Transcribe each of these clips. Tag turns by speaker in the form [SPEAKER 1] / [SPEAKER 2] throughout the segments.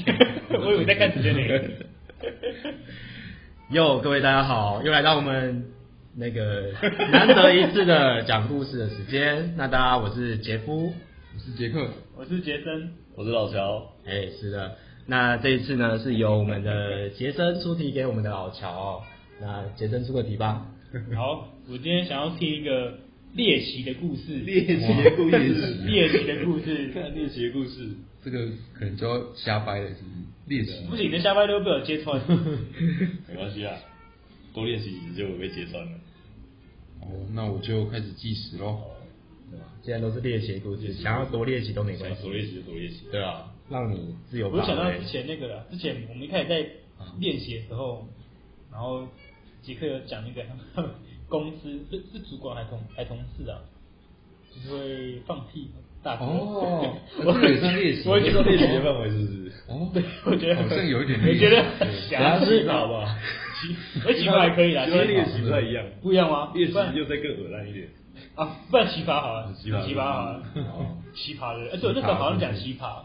[SPEAKER 1] 我以为在看直接呢。
[SPEAKER 2] 哟，各位大家好，又来到我们那个 难得一次的讲故事的时间。那大家，我是杰夫。
[SPEAKER 3] 我是杰克，
[SPEAKER 1] 我是杰森，
[SPEAKER 4] 我是老乔，
[SPEAKER 2] 哎，是的。那这一次呢，是由我们的杰森出题给我们的老乔、哦。那杰森出个题吧。
[SPEAKER 1] 好，我今天想要听一个猎奇的故事，
[SPEAKER 4] 猎奇的故事
[SPEAKER 1] 猎奇的故事，
[SPEAKER 4] 看猎奇的故事，
[SPEAKER 3] 这个可能就要瞎掰了，是不是？猎奇
[SPEAKER 1] 不行，你的下巴都被我揭 穿。
[SPEAKER 4] 没关系啊，多练习几次就会被揭穿了。
[SPEAKER 3] 哦，那我就开始计时喽。
[SPEAKER 2] 既然都是猎奇故事，想要多猎奇都没关
[SPEAKER 4] 想
[SPEAKER 2] 系。
[SPEAKER 4] 多练习就多练习。
[SPEAKER 2] 对啊，让你自由
[SPEAKER 1] 我
[SPEAKER 2] 发
[SPEAKER 1] 就想到
[SPEAKER 2] 挥
[SPEAKER 1] 之。前那个了，之前我们一开始在练习的时候，然后杰克有讲那个 公司是是主管还是同还同事啊，就是会放屁大声。
[SPEAKER 3] 哦，那这个也算猎奇，
[SPEAKER 1] 我
[SPEAKER 4] 这
[SPEAKER 1] 觉
[SPEAKER 4] 是
[SPEAKER 1] 得
[SPEAKER 4] 练习的 范围是不是？
[SPEAKER 3] 哦，
[SPEAKER 1] 我觉得
[SPEAKER 3] 好像有一点
[SPEAKER 1] 我
[SPEAKER 3] 猎
[SPEAKER 1] 觉得
[SPEAKER 3] 奇。
[SPEAKER 1] 很详细吧，好不好？而奇葩还可以啦，
[SPEAKER 4] 其实
[SPEAKER 1] 其
[SPEAKER 4] 练
[SPEAKER 1] 实
[SPEAKER 4] 习不太一样，
[SPEAKER 1] 不一样吗？
[SPEAKER 4] 练习
[SPEAKER 1] 不然
[SPEAKER 4] 又再更恶烂一点。
[SPEAKER 1] 啊，不然奇葩好了，奇
[SPEAKER 4] 奇葩
[SPEAKER 1] 葩好了，
[SPEAKER 3] 哦
[SPEAKER 1] 奇葩的人，而且我那时候好像讲奇葩，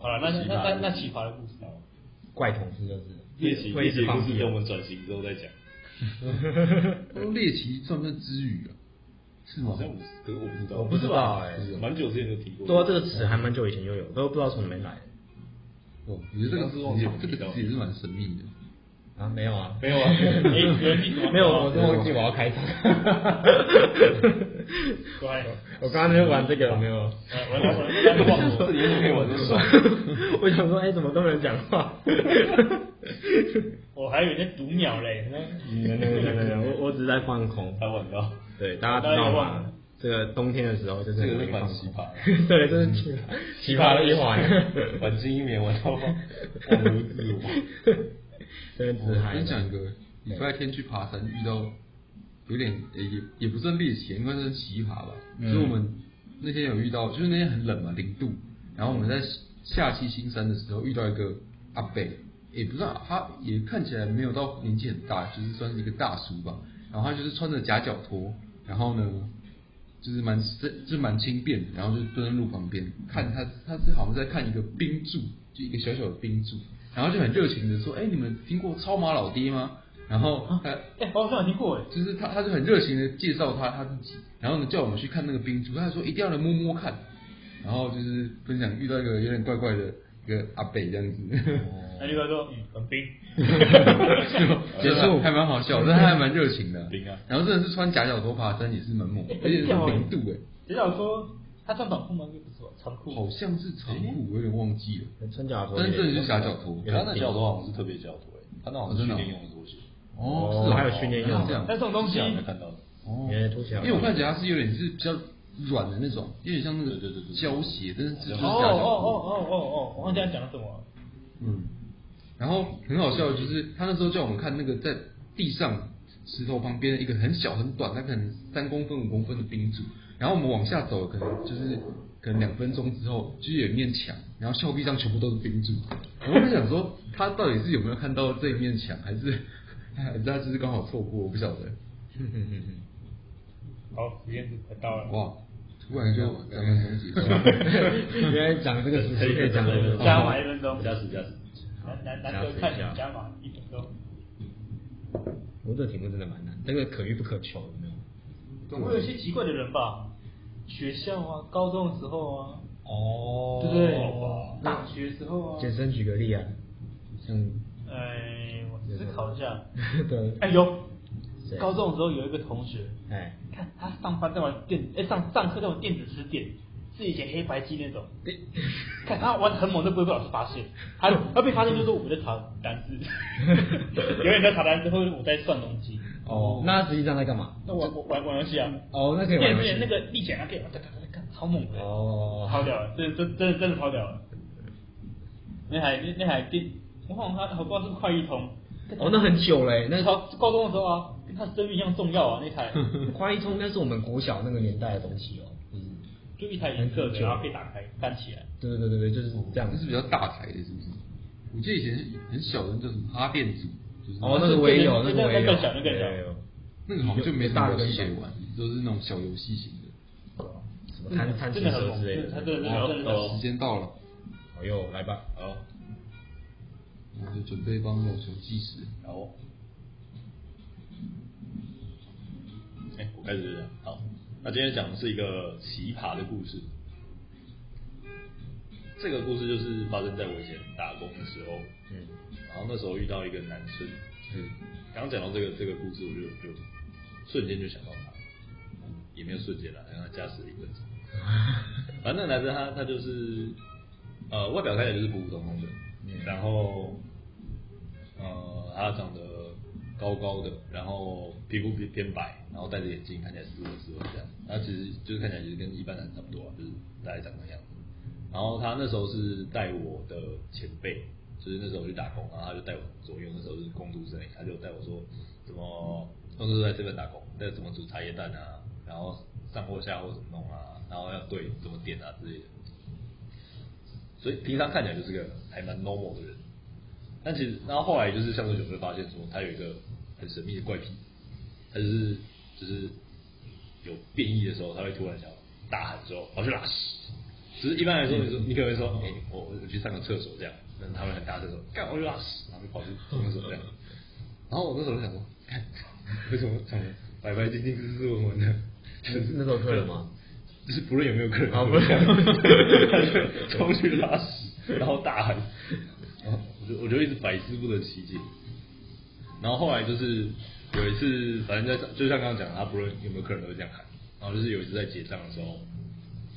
[SPEAKER 1] 好了，那
[SPEAKER 4] 奇
[SPEAKER 1] 那
[SPEAKER 4] 葩
[SPEAKER 1] 那那奇葩的故事，
[SPEAKER 2] 怪同事就是
[SPEAKER 4] 练习
[SPEAKER 2] 会一
[SPEAKER 4] 练
[SPEAKER 2] 直
[SPEAKER 4] 习的
[SPEAKER 2] 放
[SPEAKER 4] 故事
[SPEAKER 2] 屁
[SPEAKER 4] 等我
[SPEAKER 2] 哦。
[SPEAKER 4] 们转型之后再讲。
[SPEAKER 3] 那猎奇算不算之语啊？是吗
[SPEAKER 4] 好？像我可是我不知道，
[SPEAKER 2] 我不知道哎、
[SPEAKER 4] 蛮久之前就提
[SPEAKER 2] 啊
[SPEAKER 4] 过。
[SPEAKER 2] 说到这个词还蛮久以前就有，都不知道从哪边来的
[SPEAKER 3] 哦，我觉得这个词也这个词也是蛮神秘的。
[SPEAKER 2] 啊？没有 啊，
[SPEAKER 1] 没有啊，哎，有人闭嘴吗
[SPEAKER 2] 没有，我都忘记我要 开场。
[SPEAKER 1] 乖，
[SPEAKER 2] 我刚刚在玩这个有没有？
[SPEAKER 1] 呃我来我来我来忘我，
[SPEAKER 4] 年可以玩这么爽。
[SPEAKER 2] 我想说，哎、怎么都没人讲 话？
[SPEAKER 1] 我还以为在读秒嘞，
[SPEAKER 2] 没有没有没有，我我只是在放空。
[SPEAKER 4] 他玩到，
[SPEAKER 2] 对，大家知道吗？这个冬天的时候就是
[SPEAKER 4] 这个
[SPEAKER 2] 容易
[SPEAKER 4] 是蛮
[SPEAKER 2] 放
[SPEAKER 4] 奇
[SPEAKER 2] 空。
[SPEAKER 4] 葩 的，
[SPEAKER 2] 对，这是奇葩奇葩的一 环。
[SPEAKER 4] 玩精英棉玩到忘如自我。
[SPEAKER 2] 真
[SPEAKER 3] 我
[SPEAKER 2] 自嗨。
[SPEAKER 3] 分享一个，礼拜天去爬山遇到有点呃也也不算猎奇，应该算奇葩吧。就是我们那天有遇到，就是那天很冷嘛，零度，然后我们在下期新山的时候遇到一个阿北，也不知道他也看起来没有到年纪很大，就是算是一个大叔吧。然后他就是穿着夹脚拖，然后呢。就是蛮这就是蛮轻便的，然后就蹲在路旁边看他，他是好像在看一个冰柱，就一个小小的冰柱，然后就很热情的说：“哎、你们听过超马老爹吗？”然后他
[SPEAKER 1] 哎，我好像有听过哎，
[SPEAKER 3] 就是他，他就很热情的介绍他他自己，然后呢叫我们去看那个冰柱，他说一定要来摸摸看，然后就是分享遇到一个有点怪怪的一个阿北这样子，
[SPEAKER 1] 那就说嗯，很冰，
[SPEAKER 2] 结束
[SPEAKER 3] 还蛮好笑，但 他还蛮热情的
[SPEAKER 4] 冰啊，
[SPEAKER 3] 然后真的是穿夹脚拖爬山也是蛮猛的
[SPEAKER 1] 哎，
[SPEAKER 3] 而且
[SPEAKER 1] 很
[SPEAKER 3] 是
[SPEAKER 1] 屌哎
[SPEAKER 3] 零度哎、
[SPEAKER 1] 只想说他穿短裤吗？不错，长裤
[SPEAKER 3] 好，像是长裤，我有点忘记了。
[SPEAKER 2] 穿脚拖
[SPEAKER 3] 但
[SPEAKER 2] 鞋。
[SPEAKER 3] 是真的 是夹脚拖，
[SPEAKER 4] 他那脚头好像是特别脚头，哎，他那好像是训练用的拖鞋。
[SPEAKER 3] 哦，是
[SPEAKER 2] 哦
[SPEAKER 3] 哦
[SPEAKER 2] 还有训练用的
[SPEAKER 3] 这样
[SPEAKER 1] 但这种东西
[SPEAKER 4] 是啊没看到的。
[SPEAKER 3] 哦
[SPEAKER 2] 原来拖鞋好
[SPEAKER 3] 因为我看起来它是有点是比较软的那种，有点像那个
[SPEAKER 4] 对对对对
[SPEAKER 3] 胶鞋，但是这就是夹
[SPEAKER 1] 哦哦哦
[SPEAKER 3] 脚拖。
[SPEAKER 1] 哦哦哦，我忘记他讲了什么了。
[SPEAKER 3] 嗯，然后很好笑的就是，他那时候叫我们看那个在地上石头旁边的一个很小很短，那可能三公分五公分的冰柱，然后我们往下走，可能就是可能两分钟之后，就是有一面墙，然后峭壁上全部都是冰柱，然后我就想说他到底是有没有看到这一面墙，还是 还是他就是刚好错过，我不晓得。
[SPEAKER 1] 好，时间快到了。
[SPEAKER 3] 哇，突然就两分钟结 束。
[SPEAKER 2] 原来讲这个事情可以讲这个。
[SPEAKER 1] 加码一分钟，
[SPEAKER 4] 加时加时，
[SPEAKER 1] 难难难得看你加码一分钟。
[SPEAKER 2] 我这题目真的蛮难，这个可遇不可求，有没有？
[SPEAKER 1] 我有一些奇怪的人吧，学校啊，高中的时候啊，
[SPEAKER 2] 哦
[SPEAKER 1] 对不对？大学时候啊，
[SPEAKER 2] 简身举个例啊，像
[SPEAKER 1] 哎，我思考一下，
[SPEAKER 2] 对，
[SPEAKER 1] 哎有
[SPEAKER 2] 谁，
[SPEAKER 1] 高中的时候有一个同学，
[SPEAKER 2] 哎，
[SPEAKER 1] 看他上班在玩电，哎、上上课在玩电子词典，是以前黑白机那种。看他玩得很猛，都不会被老师发现。 他他被发现就说我在查单字，有人在查单字，或者我在算东西。
[SPEAKER 2] 哦，那他实际上在干嘛？
[SPEAKER 1] 那玩玩玩游戏啊，
[SPEAKER 2] 哦，那可以
[SPEAKER 1] 电
[SPEAKER 2] 玩
[SPEAKER 1] 子
[SPEAKER 2] 游
[SPEAKER 1] 词典那
[SPEAKER 2] 戏。
[SPEAKER 1] 个立起来，然后可以哒哒哒哒，超猛的，
[SPEAKER 2] 哦，
[SPEAKER 1] 超屌的，真的真真的真的超屌的。那台那那台电，我好像他我不知道是不是快一通，
[SPEAKER 2] 哦，那很久嘞，那
[SPEAKER 1] 超高中的时候啊，跟他生命一样重要啊，那台
[SPEAKER 2] 花一冲那是我们国小那个年代的东西哦。 嗯，
[SPEAKER 1] 就一台银色的，然后可以打开干起来。
[SPEAKER 2] 对对对对对，就是这样
[SPEAKER 3] 这。是比较大台的，是不是？我记得以前很小的那叫什么哈电组，就是
[SPEAKER 2] 哦，那个我也有，那
[SPEAKER 1] 那
[SPEAKER 2] 个
[SPEAKER 1] 个
[SPEAKER 2] 我也有，
[SPEAKER 1] 更小那个更小
[SPEAKER 2] 对有
[SPEAKER 3] 那个好像就没什
[SPEAKER 2] 大
[SPEAKER 3] 么
[SPEAKER 2] 的
[SPEAKER 3] 游
[SPEAKER 2] 跟
[SPEAKER 3] 戏
[SPEAKER 2] 小
[SPEAKER 3] 可以
[SPEAKER 2] 的，
[SPEAKER 3] 玩，都是那种小游戏型的。
[SPEAKER 2] 什么贪贪吃
[SPEAKER 1] 真的很
[SPEAKER 2] 蛇
[SPEAKER 1] 猛，
[SPEAKER 2] 之类
[SPEAKER 1] 真的
[SPEAKER 2] 的。
[SPEAKER 1] 他真的
[SPEAKER 2] 好
[SPEAKER 1] 是真的
[SPEAKER 3] 时间到了，
[SPEAKER 2] 好哟，来吧。
[SPEAKER 4] 好，
[SPEAKER 3] 我就准备帮老球计时。
[SPEAKER 4] 然后，哎，我开始了好，那今天讲的是一个奇葩的故事。这个故事就是发生在我以前打工的时候，
[SPEAKER 2] 嗯，
[SPEAKER 4] 然后那时候遇到一个男生，
[SPEAKER 3] 嗯，
[SPEAKER 4] 刚讲到这个这个故事，我就就瞬间就想到他，也没有瞬间啦，让他驾驶了一分钟。反正男生他他就是呃外表看起来就是普普通通的，然后呃他长得高高的，然后皮肤偏偏白，然后戴着眼镜，看起来斯文斯文这样。他其实就是看起来就是跟一般人差不多、啊，就是大概长那样子。然后他那时候是带我的前辈，就是那时候我去打工，然后他就带我左右，那时候是工读生，他就带我说怎么工作在这边打工，那怎么煮茶叶蛋啊，然后上货下货怎么弄啊，然后要对怎么点啊之类的。所以平常看起来就是个还蛮 normal 的人，但其实然后后来就是相处久就发现说他有一个很神秘的怪癖，他就是就是有变异的时候，他会突然想大喊说我去拉屎，只是一般来说你说你可能会说哎、我我去上个厕所这样，但他会很大声说干我去拉屎，然后就跑去上厕所这样，然后我那时候就想说干 为什么长得白白净净、斯斯文文的，就是
[SPEAKER 2] 那时候有客人吗？
[SPEAKER 4] 就是不论有没有客人，
[SPEAKER 2] 啊不
[SPEAKER 4] 不
[SPEAKER 2] 是
[SPEAKER 4] 是，他就冲去拉屎，然后大喊，
[SPEAKER 2] 哦
[SPEAKER 4] 然后我就我就一直百思不得其解。然后后来就是有一次，反正在就像刚刚讲的，他不论有没有客人都会这样喊。然后就是有一次在结账的时候，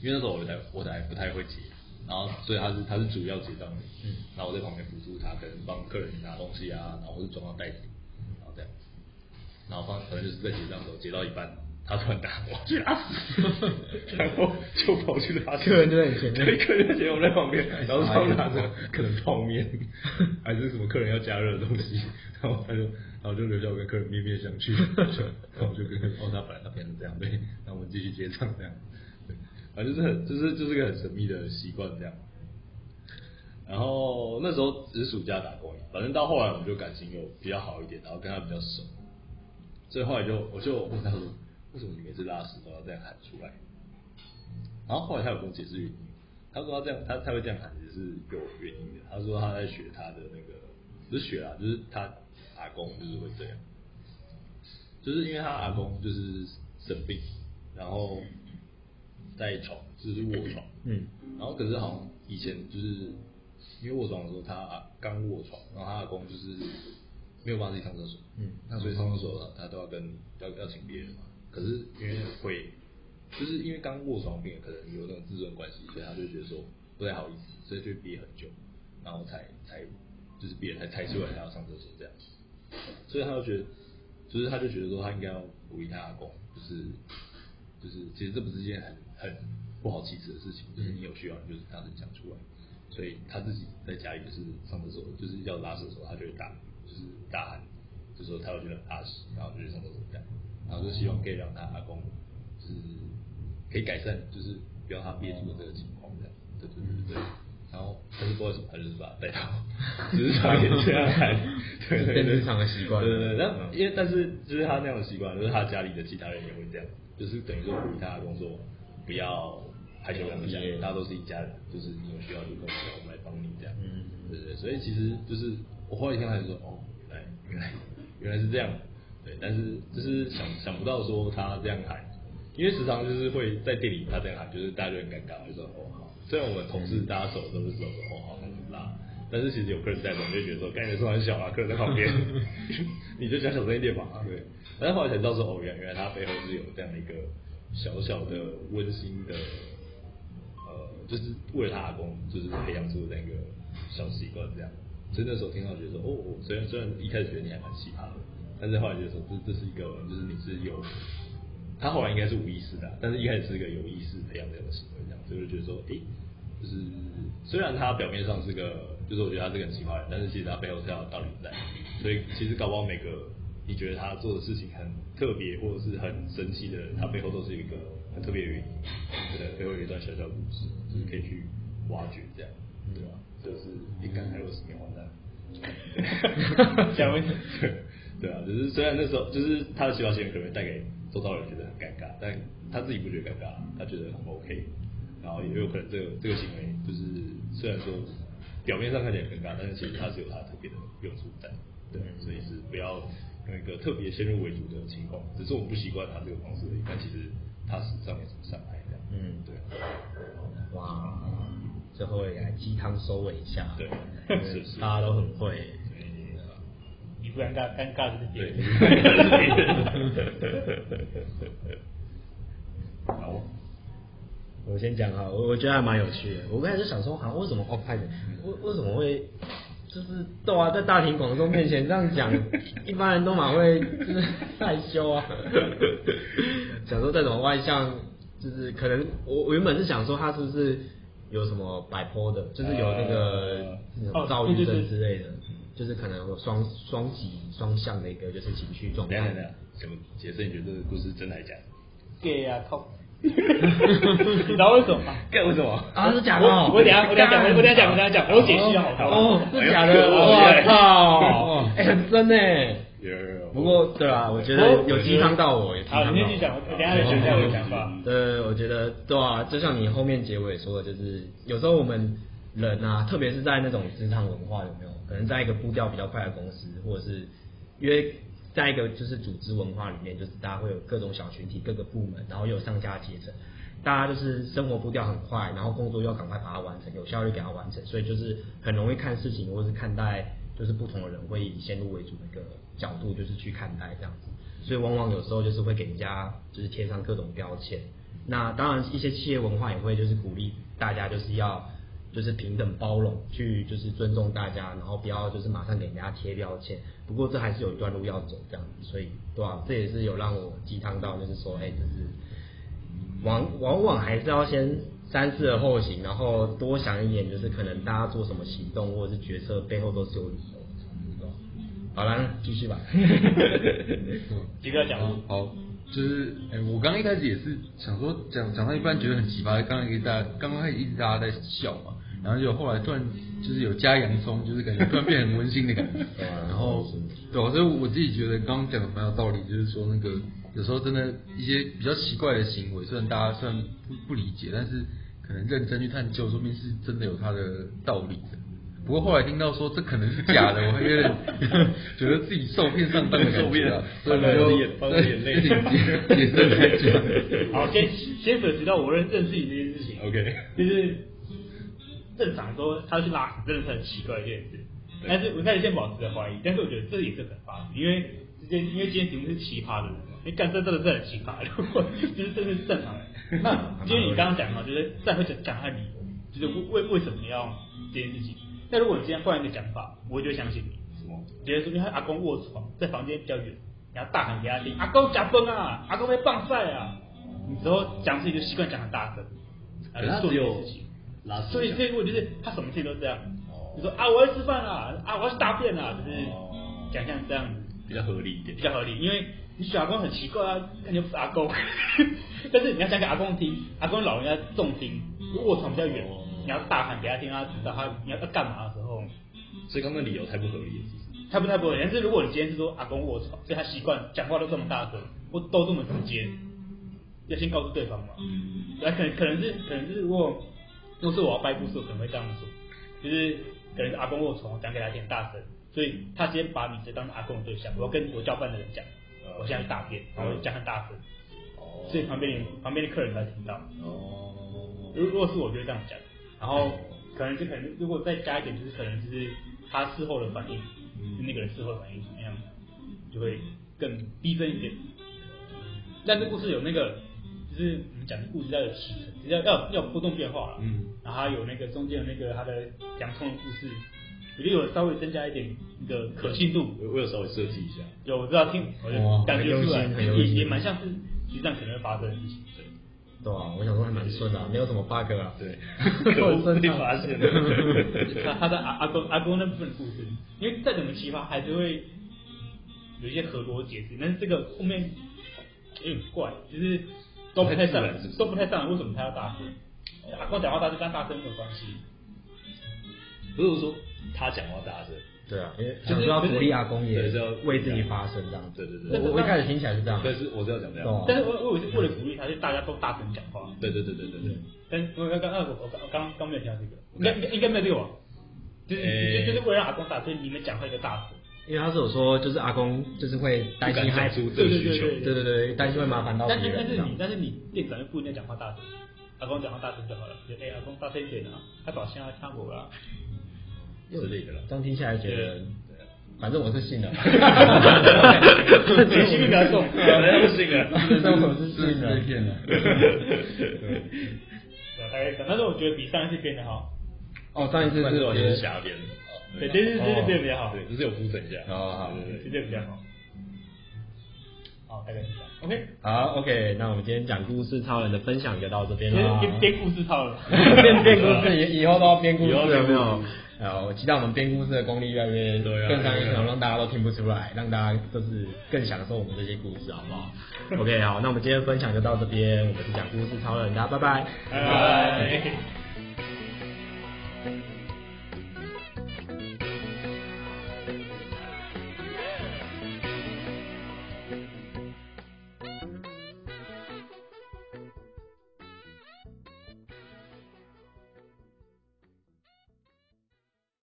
[SPEAKER 4] 因为那时候我才我才不太会结，然后所以他是他是主要结账的，嗯，然后我在旁边辅助他，可能帮客人拿东西啊，然后或是装到袋子里，然后这样。然后放可能就是在结账的时候结到一半，他突然打我去拉屎，啊 然后 就跑去拉屎，
[SPEAKER 2] 客人就在你前面哎
[SPEAKER 4] 对，客人就前面我在旁边，然后
[SPEAKER 3] 傻
[SPEAKER 4] 他
[SPEAKER 3] 眼
[SPEAKER 4] 拿着可能泡 面还是什么客人要加热的东西，然后他就然后就留下我跟客人面面相觑，然后我就跟客人哦，他本来他变成这样对，那我们继续结账这样，对，反正就是很就是就是个很神秘的习惯这样。然后那时候只是暑假打工，反正到后来我们就感情有比较好一点，然后跟他比较熟，所以后来就我就问他说，为什么你每次拉屎都要这样喊出来？然后后来他有跟我解释原因，他说他这样他他会这样喊也是有原因的，他说他在学他的那个不是学啊，就是他阿公就是会这样，就是因为他阿公就是生病，然后在床就是卧床，
[SPEAKER 2] 嗯，
[SPEAKER 4] 然后可是好像以前就是因为卧床的时候，他阿刚卧床，然后他阿公就是没有办法自己上厕所，
[SPEAKER 2] 嗯，
[SPEAKER 4] 所以上厕所了他都要跟要要请别人嘛。可是因为会，就是因为刚卧床病人可能有那种自尊关系，所以他就觉得说不太好意思，所以就憋很久，然后才才就是别人才猜出来他要上厕所这样，所以他就觉得，就是他就觉得说他应该要鼓励他阿公，就是就是其实这不是一件很很不好启齿的事情，就是你有需要你就是大声讲出来。所以他自己在家里就是上厕所，就是要拉屎的时候，他就会大就是大喊，就说他要去拉屎，然后就去上厕所这样，然后就希望可以让他阿公就是可以改善，就是不要他憋住的这个情况这样，对对对对。然后他是不知道为什么，他就是把他带到，就是他也这样喊，对对对，
[SPEAKER 2] 变日常的习惯了
[SPEAKER 4] 对对对，但
[SPEAKER 2] 嗯
[SPEAKER 4] 因为但是就是他那样的习惯，就是他家里的其他人也会这样，就是等于说鼓励他工作不要害羞跟我们讲，大家都是一家人，就是你有需要就跟我们讲，我们来帮你这样。
[SPEAKER 2] 嗯
[SPEAKER 4] 对对，对所以其实就是我后来听他就说，哦，原来原来原来是这样，对，但是就是想想不到说他这样喊，因为时常就是会在店里他这样喊，就是大家就很尴尬，就说哦好，虽然我们同事大家手都是手说哦好，那就拉。但是其实有客人在的时候，你就觉得说，感觉说很小啊，客人在旁边，你就讲小声一点吧。对，但是后来才知道说，哦，原来原来他背后是有这样的一个小小的温馨的呃，就是为了他阿公，就是培养出的那个小习惯这样。所以那时候听到觉得说，哦，哦虽然虽然一开始觉得你还蛮奇葩的，但是后来觉得说，这这是一个就是你是有，他后来应该是无意识的啊、但是一开始是一个有意识培养这样的行为这样，所以我就觉得说，诶、就是虽然他表面上是个，就是我觉得他是个很奇葩的人，但是其实他背后是要有道理在，所以其实搞不好每个你觉得他做的事情很特别或者是很神奇的人，他背后都是有一个很特别的原因，对，背后有一段小小的故事，就是可以去挖掘这样，对吧？就是一干还有十年完蛋。
[SPEAKER 1] 讲为
[SPEAKER 4] 对啊，就是虽然那时候就是他的起跑线可能会带给周遭人觉得很尴尬，但他自己不觉得尴尬，他觉得很 OK。然后也有可能这个这个行为就是虽然说表面上看起来很尴尬，但是其实它是有它特别的用处在。对，所以是不要用一个特别先入为主的情况，只是我们不习惯他这个方式而已，但其实他实际上没什么伤害这样。
[SPEAKER 2] 嗯
[SPEAKER 4] 对，
[SPEAKER 2] 哇，最后也来鸡汤收尾一下，
[SPEAKER 4] 对 是是
[SPEAKER 2] 大家都很会，
[SPEAKER 4] 所以
[SPEAKER 1] 你不尴尬，尴尬的是别
[SPEAKER 4] 对
[SPEAKER 1] 人。，
[SPEAKER 4] 啊 好，
[SPEAKER 2] 我先讲哈，我我觉得还蛮有趣的。我刚才就想说，好、啊，为什么哦，拍的，为为什么会就是对啊，在大庭广众面前这样讲，一般人都蛮会就是害羞啊。想说再怎么外向，就是可能我我原本是想说他是不是有什么摆脱的，就是有那个
[SPEAKER 4] 呃
[SPEAKER 2] 那种躁郁症之类的，就是可能有双双极双向的一个就是情绪状
[SPEAKER 4] 等一下
[SPEAKER 2] 态
[SPEAKER 4] 等一。下，什么杰森？你觉得这个故事真的还是假的？
[SPEAKER 1] gay 啊，靠！你知道为什么吗？
[SPEAKER 4] 干为什么？
[SPEAKER 2] 啊，是假的哦
[SPEAKER 1] 我！我等一下我等一下讲，我等一下讲，我
[SPEAKER 2] 干
[SPEAKER 1] 等一下讲，我有解析啊，好不好？
[SPEAKER 2] 哦，是假的，
[SPEAKER 4] 哎呦
[SPEAKER 2] 我
[SPEAKER 4] 哎呦
[SPEAKER 2] 操，哎，很真哎。
[SPEAKER 4] 有有有
[SPEAKER 2] 不过，对啊，我觉得有鸡汤到我，有鸡汤
[SPEAKER 1] 哦好，
[SPEAKER 2] 到
[SPEAKER 1] 你先去讲，
[SPEAKER 2] 我。
[SPEAKER 1] 我等一下再讲一下我的想法。
[SPEAKER 2] 呃，我觉得对啊，就像你后面结尾说的，就是有时候我们人啊，特别是在那种职场文化，有没有可能在一个步调比较快的公司，或者是因为在一个就是组织文化里面，就是大家会有各种小群体、各个部门，然后又有上下阶层，大家就是生活步调很快，然后工作又要赶快把它完成，有效率给它完成，所以就是很容易看事情或是看待就是不同的人会以先入为主的一个角度，就是去看待这样子。所以往往有时候就是会给人家就是贴上各种标签。那当然，一些企业文化也会就是鼓励大家就是要就是平等包容，去就是尊重大家，然后不要就是马上给人家贴标签。不过这还是有一段路要走这样子，所以对吧、这也是有让我鸡汤到，就是说，哎、就是往往往还是要先三思而后行，然后多想一点，就是可能大家做什么行动或者是决策背后都是有理由的。对吧好啦，继续吧。
[SPEAKER 1] 杰哥要讲吗？
[SPEAKER 3] 嗯好，就是哎、我刚一开始也是想说讲讲到一半觉得很奇葩，刚刚给大家刚刚开始一直大家在笑嘛，然后就后来突然就是有加洋葱，就是感觉突然变很温馨的感觉
[SPEAKER 2] 对啊。
[SPEAKER 3] 然后对、啊，所以我自己觉得刚刚讲的蛮有道理，就是说那个有时候真的一些比较奇怪的行为，虽然大家虽然不不理解，但是可能认真去探究，说明是真的有它的道理的。不过后来听到说这可能是假的，我还有点 觉得自己受骗上当的感觉、啊，
[SPEAKER 4] 受
[SPEAKER 3] 所以
[SPEAKER 4] 骗
[SPEAKER 3] 我就
[SPEAKER 4] 翻了眼
[SPEAKER 3] 对
[SPEAKER 4] 翻了眼
[SPEAKER 3] 也是在讲，
[SPEAKER 1] 好，先先粉知道我认认识你这件事情。
[SPEAKER 4] OK
[SPEAKER 1] 就是正常说他去拉你，真的是很奇怪的一件事。
[SPEAKER 4] 对
[SPEAKER 1] 但是我开始先保持着怀疑，但是我觉得这也是很发生，因为今天因为今天题目是奇葩的人嘛，你干这真的是很奇葩，如果就是这是正常人。那因为你刚刚讲嘛，就是再会讲讲他理由，就是为为为什么要这件事情。那如果你今天换一个讲法，我就会相信你。
[SPEAKER 4] 什么？
[SPEAKER 1] 觉得说因为他阿公卧床，在房间比较远，然后大喊给他
[SPEAKER 4] 嗯
[SPEAKER 1] 听：“阿公假崩啊，阿公被棒晒啊！”你之后讲自己就习惯讲很大声，
[SPEAKER 4] 可
[SPEAKER 1] 然后
[SPEAKER 4] 是他
[SPEAKER 1] 做这
[SPEAKER 4] 只
[SPEAKER 1] 件
[SPEAKER 4] 有
[SPEAKER 1] 事情。
[SPEAKER 4] 拉丝
[SPEAKER 1] 所以，
[SPEAKER 4] 讲
[SPEAKER 1] 所以我觉得他什么事情都这样
[SPEAKER 4] 哦。
[SPEAKER 1] 你说啊，我要吃饭啦，啊，我要去大便啦，就是
[SPEAKER 4] 哦
[SPEAKER 1] 讲像这样子
[SPEAKER 4] 比较合理一点
[SPEAKER 1] 比。较合理，因为你选阿公很奇怪啊，感觉不是阿公， 但是你要讲给阿公听，阿公老人家重听，如果我床比较远
[SPEAKER 4] 哦，
[SPEAKER 1] 你要大喊给他听，啊他知道他你要要干嘛的时候，
[SPEAKER 4] 所以刚刚理由太不合理了，其实。
[SPEAKER 1] 他不太不会，但是如果你今天是说阿公卧床，所以他习惯讲话都这么大声，或都这么直接，要先告诉对方嘛。那可能可能是可能是如果如果是我要掰故事，我可能会这样说，就是可能是阿公卧床，我讲给他听很大声，所以他先把你直接当成阿公的对象。我要跟我交办的人讲，我现在去大便，然后我就讲很大声，
[SPEAKER 4] 哦
[SPEAKER 1] 所以旁边人旁边的客人才听到。
[SPEAKER 4] 哦，
[SPEAKER 1] 如如果是我就会这样讲，然后可能就可能如果再加一点，就是可能就是他事后的反应，
[SPEAKER 2] 嗯
[SPEAKER 1] 就那个人事后的反应怎么样，就会更逼真一点。但这故事有那个，就是我们讲的故事要有起承，要要要有波动变化了。
[SPEAKER 4] 嗯。
[SPEAKER 1] 然后还有那个中间有那个他的洋葱的故事，我觉得有稍微增加一点那个可信度。
[SPEAKER 4] 我我有稍微设计一下，
[SPEAKER 1] 有我知道听，我
[SPEAKER 2] 嗯哇
[SPEAKER 1] 就感觉出来
[SPEAKER 2] 很用心很用
[SPEAKER 1] 也
[SPEAKER 2] 心
[SPEAKER 1] 也蛮像是局长可能会发生的事情。对。
[SPEAKER 2] 对啊，我想说还蛮顺的啊、没有什么 bug 啊。，
[SPEAKER 4] 对可
[SPEAKER 2] 够
[SPEAKER 4] 我
[SPEAKER 2] 正
[SPEAKER 4] 被
[SPEAKER 2] 常
[SPEAKER 4] 发现了。
[SPEAKER 1] 那他的阿阿公阿公那部分的故事，因为再怎么奇葩，还是会有一些合逻辑解释。但是这个后面有点怪，就是都不太上来
[SPEAKER 4] 太自然是不，是
[SPEAKER 1] 都不太上来。为什么他要大声？阿公讲话大声跟大声没有关系。
[SPEAKER 4] 不是我说他讲话大声，
[SPEAKER 2] 对啊，因为
[SPEAKER 4] 就
[SPEAKER 2] 想
[SPEAKER 4] 是
[SPEAKER 2] 说要鼓励阿公也
[SPEAKER 4] 对是要
[SPEAKER 2] 为自己发声这样子。
[SPEAKER 4] 对对对
[SPEAKER 2] 我我我一开始听起来是这样，
[SPEAKER 4] 但是我是要讲这
[SPEAKER 2] 懂
[SPEAKER 4] 样
[SPEAKER 2] 啊，
[SPEAKER 1] 但是我我也是为了鼓励他，就大家都大声讲话。
[SPEAKER 4] 对对对对对对，
[SPEAKER 1] 但是我刚刚我我刚刚刚没有听到这个，应该应该应该没有六啊，就是
[SPEAKER 4] 诶
[SPEAKER 1] 就就是为了让阿公打，所以你们讲话一个大声。
[SPEAKER 2] 因为他是有说就是阿公就是会担
[SPEAKER 4] 不敢
[SPEAKER 2] 心害
[SPEAKER 4] 讲出这个需求，
[SPEAKER 2] 对对对，担心会麻烦到别
[SPEAKER 1] 但是但
[SPEAKER 2] 人这
[SPEAKER 1] 是
[SPEAKER 2] 样
[SPEAKER 1] 你。但是你店长又不应该讲话大声，阿公讲话大声就好了。就哎、阿公大声一点啊，他早先要看我啦。
[SPEAKER 4] 之类的啦。
[SPEAKER 2] 这样听起来觉得
[SPEAKER 1] 对，
[SPEAKER 2] 反正我是信了，
[SPEAKER 1] 情绪比较重，
[SPEAKER 4] 对不行
[SPEAKER 2] 反
[SPEAKER 4] 啊，
[SPEAKER 2] 正我是
[SPEAKER 3] 真
[SPEAKER 2] 信
[SPEAKER 3] 的是被骗
[SPEAKER 2] 了。
[SPEAKER 3] 了。
[SPEAKER 1] 对大概这样但是我觉得比上一次变得好，
[SPEAKER 2] 哦，上一次
[SPEAKER 4] 但
[SPEAKER 2] 是
[SPEAKER 4] 是我就是
[SPEAKER 2] 直接
[SPEAKER 4] 瞎编的，
[SPEAKER 1] 对，这次
[SPEAKER 2] 哦
[SPEAKER 1] 这次变得比较好，
[SPEAKER 4] 对，就是有铺陈一下，
[SPEAKER 2] 好哦好
[SPEAKER 4] 对对
[SPEAKER 1] 这
[SPEAKER 4] 对，
[SPEAKER 1] 次比较好。好，大概是这样。OK，
[SPEAKER 2] 好，OK，那我们今天讲故事超人的分享就到这边啦。
[SPEAKER 1] 编编编故事套 了。
[SPEAKER 2] 编编故事，以以后都要编故事，
[SPEAKER 4] 啊以后编
[SPEAKER 2] 有没
[SPEAKER 4] 故事
[SPEAKER 2] 有？呃，我期待我们编故事的功力越来越
[SPEAKER 4] 对啊
[SPEAKER 2] 更上一
[SPEAKER 4] 对
[SPEAKER 2] 层，
[SPEAKER 4] 啊
[SPEAKER 2] 让大家都听不出来，让大家就是更享受我们这些故事，好不 好？OK，好，那我们今天的分享就到这边，我们是讲故事超人，大家拜拜，
[SPEAKER 1] 拜拜。